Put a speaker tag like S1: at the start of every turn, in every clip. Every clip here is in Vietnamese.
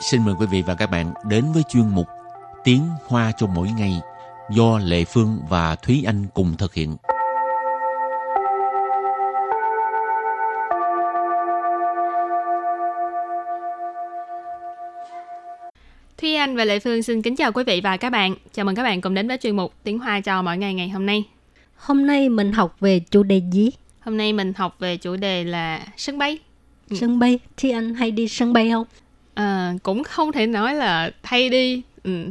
S1: xin mời quý vị và các bạn đến với chuyên mục Tiếng Hoa cho mỗi ngày do Lệ Phương và Thúy Anh cùng thực hiện.
S2: Thúy Anh và Lệ Phương xin kính chào quý vị và các bạn. Chào mừng các bạn cùng đến với chuyên mục Tiếng Hoa cho mỗi ngày ngày hôm nay.
S3: Hôm nay mình học về chủ đề gì?
S2: Hôm nay mình học về chủ đề là sân bay. Ừ.
S3: Sân bay. Thì anh hay đi sân bay không?
S2: À, cũng không thể nói là thay đi ừ,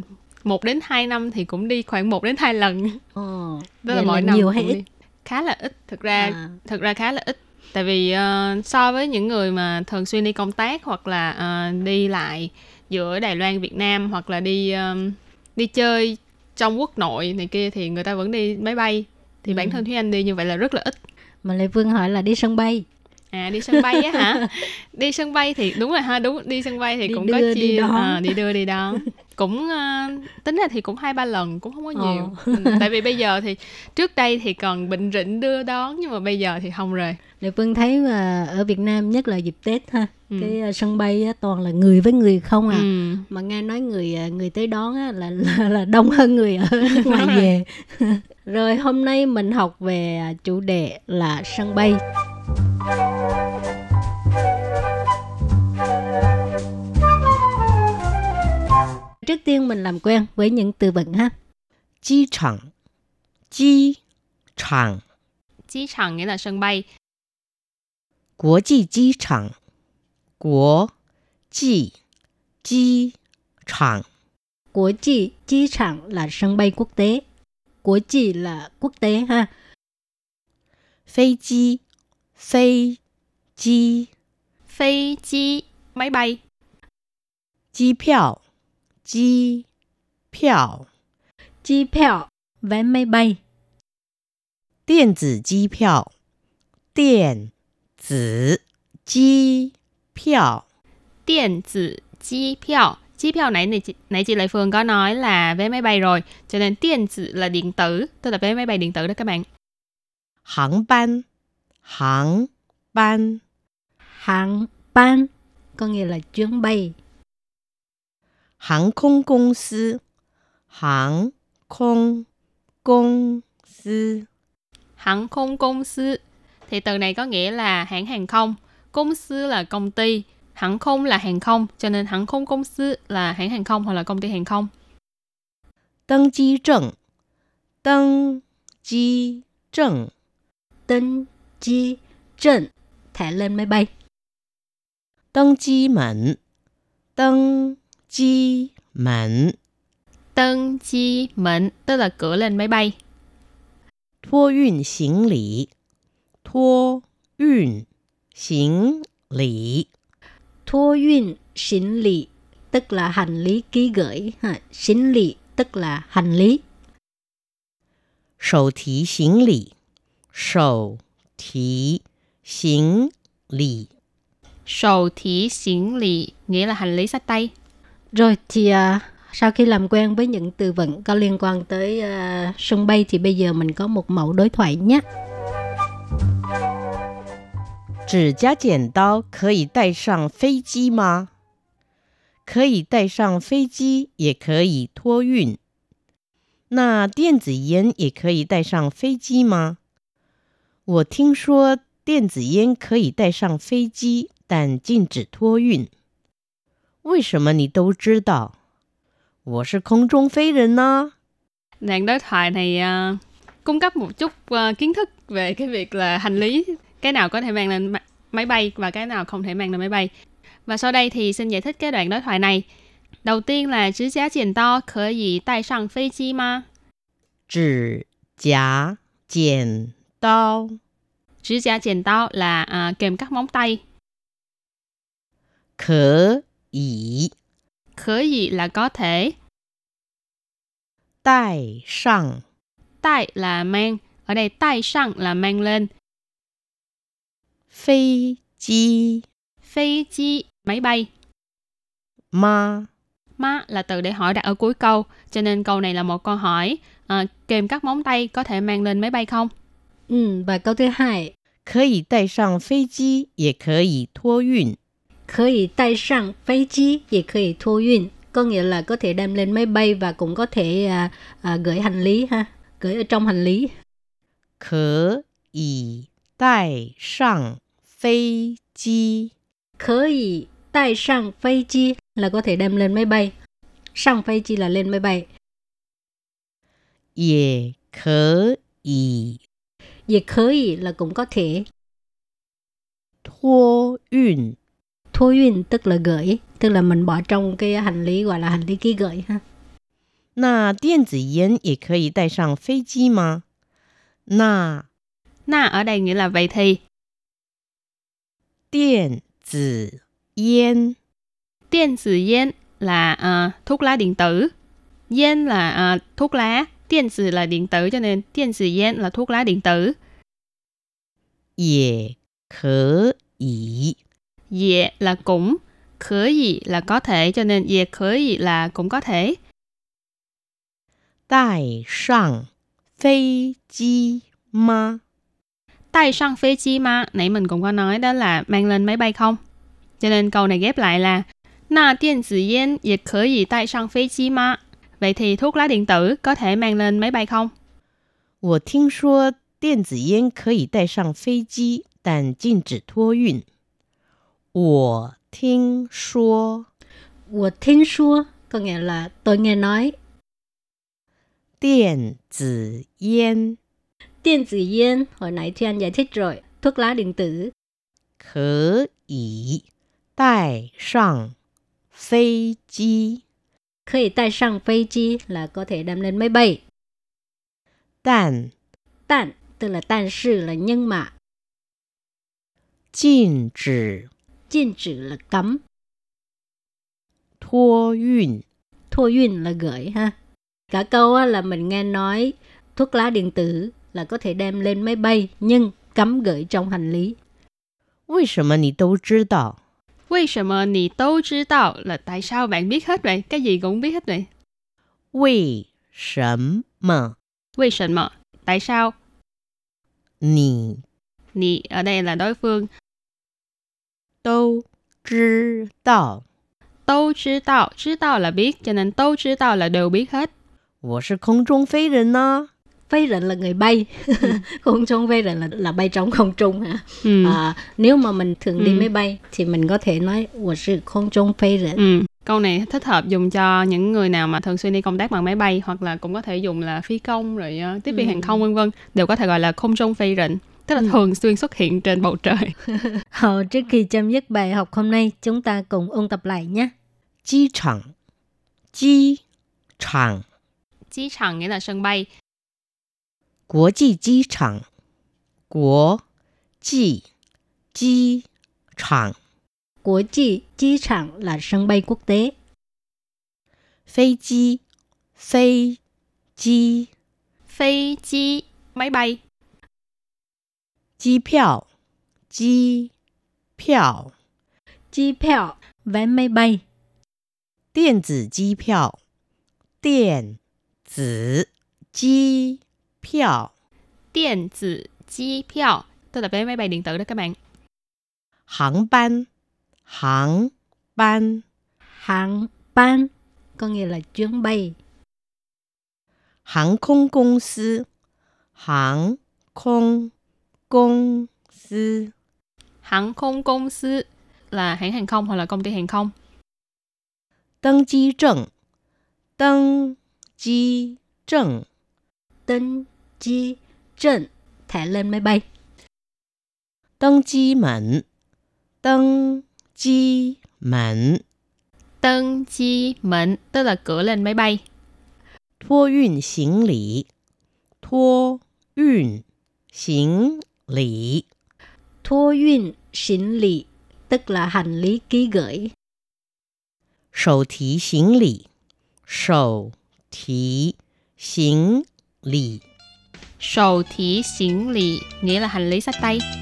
S2: một đến 2 năm thì cũng đi khoảng một đến hai lần.
S3: Ờ.
S2: Đó
S3: vậy
S2: là mỗi năm
S3: nhiều
S2: cũng
S3: hay
S2: đi.
S3: ít?
S2: Khá là ít, thực ra
S3: À.
S2: thực ra khá là ít. Tại vì ờ, so với những người mà thường xuyên đi công tác hoặc là ờ, đi lại giữa Đài Loan Việt Nam hoặc là đi ờ, đi chơi trong quốc nội này kia thì người ta vẫn đi máy bay. Thì bản
S3: Ừ.
S2: thân Thúy Anh đi như vậy là rất là ít.
S3: Mà Lê Vương hỏi là đi sân bay.
S2: À đi sân bay á hả? Đi sân bay thì đúng rồi ha, đúng đi sân bay thì
S3: Đi
S2: cũng có
S3: đưa,
S2: chia
S3: đi đón.
S2: à, đi đưa đi đón. Cũng ờ, tính ra thì cũng hai ba lần cũng không có
S3: Ờ.
S2: nhiều. Ừ, tại vì bây giờ thì trước đây thì còn bệnh rịnh đưa đón nhưng mà bây giờ thì không rồi.
S3: Lê Vương thấy mà ở Việt Nam nhất là dịp Tết ha,
S2: Ừ.
S3: cái ờ, sân bay á, toàn là người với người không à.
S2: Ừ.
S3: Mà nghe nói người ờ, người tới đón á, là, là là đông hơn người ở nước ngoài về. Rồi hôm nay mình học về ờ, chủ đề là sân bay. Trước tiên mình làm quen với những từ vựng ha.
S4: 机场，机场，
S2: Chí chẳng nghĩa là sân bay.
S4: 国际机场，国际机场，
S3: Quốc chi, chi trạng là sân bay quốc tế. Quốc chi là quốc tế ha.
S4: 飞机，飞机，
S2: Phi chi máy bay.
S4: 机票，机票，
S3: Chi pèo, vé máy bay.
S4: 电子机票，电子机票，
S2: Điện tử chi piao. Chi piao nãy nãy chị, nãy chị Lệ Phương có nói là vé máy bay rồi, cho nên điện tử là điện tử, tức là vé máy bay điện tử đó các bạn.
S4: 航班，航班，
S3: Hạng ban, có nghĩa là chuyến bay.
S4: 航空公司，航空公司。
S2: Hãng không công sư thì từ này có nghĩa là hãng hàng không, công sư là công ty, hãng không là hàng không, cho nên hãng không công sư là hãng hàng không hoặc là công ty hàng không.
S4: 登机证，登机证，
S3: Tên chi trần, thẻ lên máy bay.
S4: 登机门，登机门，
S2: Tân chi mệnh tức là cửa lên máy bay.
S4: 托运行李，托运行李，
S3: Thua yun, xỉn lị, tức là hành lý ký gửi. Ha. Xỉn lị, tức là hành lý.
S4: 手提行李，手提行李，
S2: Sầu thí xỉn lì nghĩa là hành lý sách tay.
S3: Rồi thì à, sau khi làm quen với những từ vựng có liên quan tới à, sân bay thì bây giờ mình có một mẫu đối thoại nhé.
S4: 指甲剪刀可以带上飞机吗？可以带上飞机，也可以托运。那电子烟也可以带上飞机吗？我听说电子烟可以带上飞机，但禁止托运。为什么你都知道？我是空中飞人呢、
S2: Đoạn đối thoại này à, cung cấp một chút à, kiến thức về cái việc là hành lý cái nào có thể mang lên ma- máy bay và cái nào không thể mang lên máy bay. Và sau đây thì xin giải thích cái đoạn đối thoại này. Đầu tiên là chữ giá tiền to khởi gì tay sang phi chi ma.
S4: 指甲剪刀
S2: Chữ giá tiền to là à, kèm cắt móng tay.
S4: 可以
S2: Khởi gì là có thể,
S4: 带上
S2: tay là mang. Ở đây tay sang là mang lên,
S4: 飞机
S2: phi chi máy bay.
S4: 吗？
S2: Ma là từ để hỏi đặt ở cuối câu, cho nên câu này là một câu hỏi à, kèm các móng tay có thể mang lên máy bay không?
S3: Ừ, và câu thứ hai,
S4: 可以带上飞机，也可以托运。
S3: 可以带上飞机也可以托运có nghĩa là có thể đem lên máy bay và cũng có thể à, à, gửi hành lý ha gửi ở trong hành lý
S4: 可以带上飞机，
S3: 可以带上飞机 là có thể đem lên máy bay sang phê chi là lên máy bay
S4: 也可以
S3: Về khởi là cũng có thể
S4: 托运。
S3: Thu yun tức là gửi Tức là mình bỏ trong cái hành lý gọi là hành lý ký gửi ha
S4: 那电子烟也可以带上飞机吗？那
S2: Na ở đây nghĩa là vậy thì
S4: 电子烟
S2: Tiên tử yên là ờ, thuốc lá điện tử. Yên là ờ, thuốc lá. Tiên tử là điện tử cho nên tiên tử yên là thuốc lá điện tử.
S4: 也可以
S2: Dẹ là cũng. Khở gì là có thể cho nên dẹ khở gì là cũng có thể.
S4: 带上飞机吗？
S2: Tay sang phê chi mà. Nãy mình cũng có nói đó là mang lên máy bay không. Cho nên câu này ghép lại là Na tiên tử yên dẹ khở gì tay sang phê chi mà. Vậy thì thuốc lá điện tử có thể mang lên máy bay không?
S4: 我听说电子烟可以带上飞机，但禁止托运。我听说
S3: Của thiên xua có nghĩa là tôi nghe nói
S4: 电子烟
S3: Tiên tử yên hồi nãy Thuy Anh giải thích rồi Thuốc lá điện tử
S4: 可以带上飞机，
S3: Khởi tay sang phê chi là có thể đem lên máy bay
S4: 但
S3: Tàn tức là tàn sự là nhưng mà
S4: 禁止
S3: Chiên chữ là cấm
S4: 托运。
S3: Thua yun là gửi ha Cả câu á, là mình nghe nói Thuốc lá điện tử là có thể đem lên máy bay Nhưng cấm gửi trong hành lý
S4: 为什么你都知道？
S2: Vì sao mà nì tố chứ tạo là tại sao bạn biết hết vậy? Cái gì cũng biết hết vậy?
S4: 为什么
S2: Vì sao mà? Tại sao?
S4: 你
S2: Nì ở đây là đối phương
S4: 都知道？
S2: Tô chứ tạo, chứ tạo là biết, cho nên tô chứ tạo là đều biết hết.
S4: 我是空中飞人呢、
S3: Phây rịnh là người bay Không trung phây rịnh là, là bay trong không trung hả
S2: Ừ.
S3: à, Nếu mà mình thường đi
S2: Ừ.
S3: máy bay Thì mình có thể nói Wo sư không trung phây rịnh
S2: Ừ. Câu này thích hợp dùng cho những người nào mà thường xuyên đi công tác bằng máy bay hoặc là cũng có thể dùng là phi công rồi ờ, tiếp viên
S3: Ừ.
S2: hàng không vân vân đều có thể gọi là không trung phi rịnh tức là
S3: Ừ.
S2: thường xuyên xuất hiện trên bầu trời.
S3: Ờ, Trước khi chấm dứt bài học hôm nay Chúng ta cùng ôn tập lại nhé
S4: 机场，机场，
S2: Chí chẳng nghĩa là sân bay,
S4: 国际机场，国际机场，
S3: Của chị, chi trạng là sân bay quốc tế
S4: 飞机，飞机，
S2: phi chi máy bay,
S4: 机票，机票，
S3: Chi pẹo, vé máy bay
S4: 电子机票，电子机票，
S2: điện tử chi piao tức là vé máy bay điện tử đó các bạn.
S4: 航班，航班，
S3: Hạng ban Có nghĩa là chuyến bay
S4: 航空公司，航空公司，
S2: Hàng không công sư là hãng hàng không hoặc là công ty hàng không.
S4: 登机证，登机证，
S3: Tên chi trịnh Thẻ lên máy bay
S4: 登机门，登机门，
S2: Tân chi mệnh tức là cửa lên máy bay.
S4: 托运行李，托运行李，
S3: Thua yun, xỉn lị Tức là hành lý ký gửi
S4: 手提行李，手提行李。
S2: Sầu thí xỉn lì nghĩa là hành lý sách tay.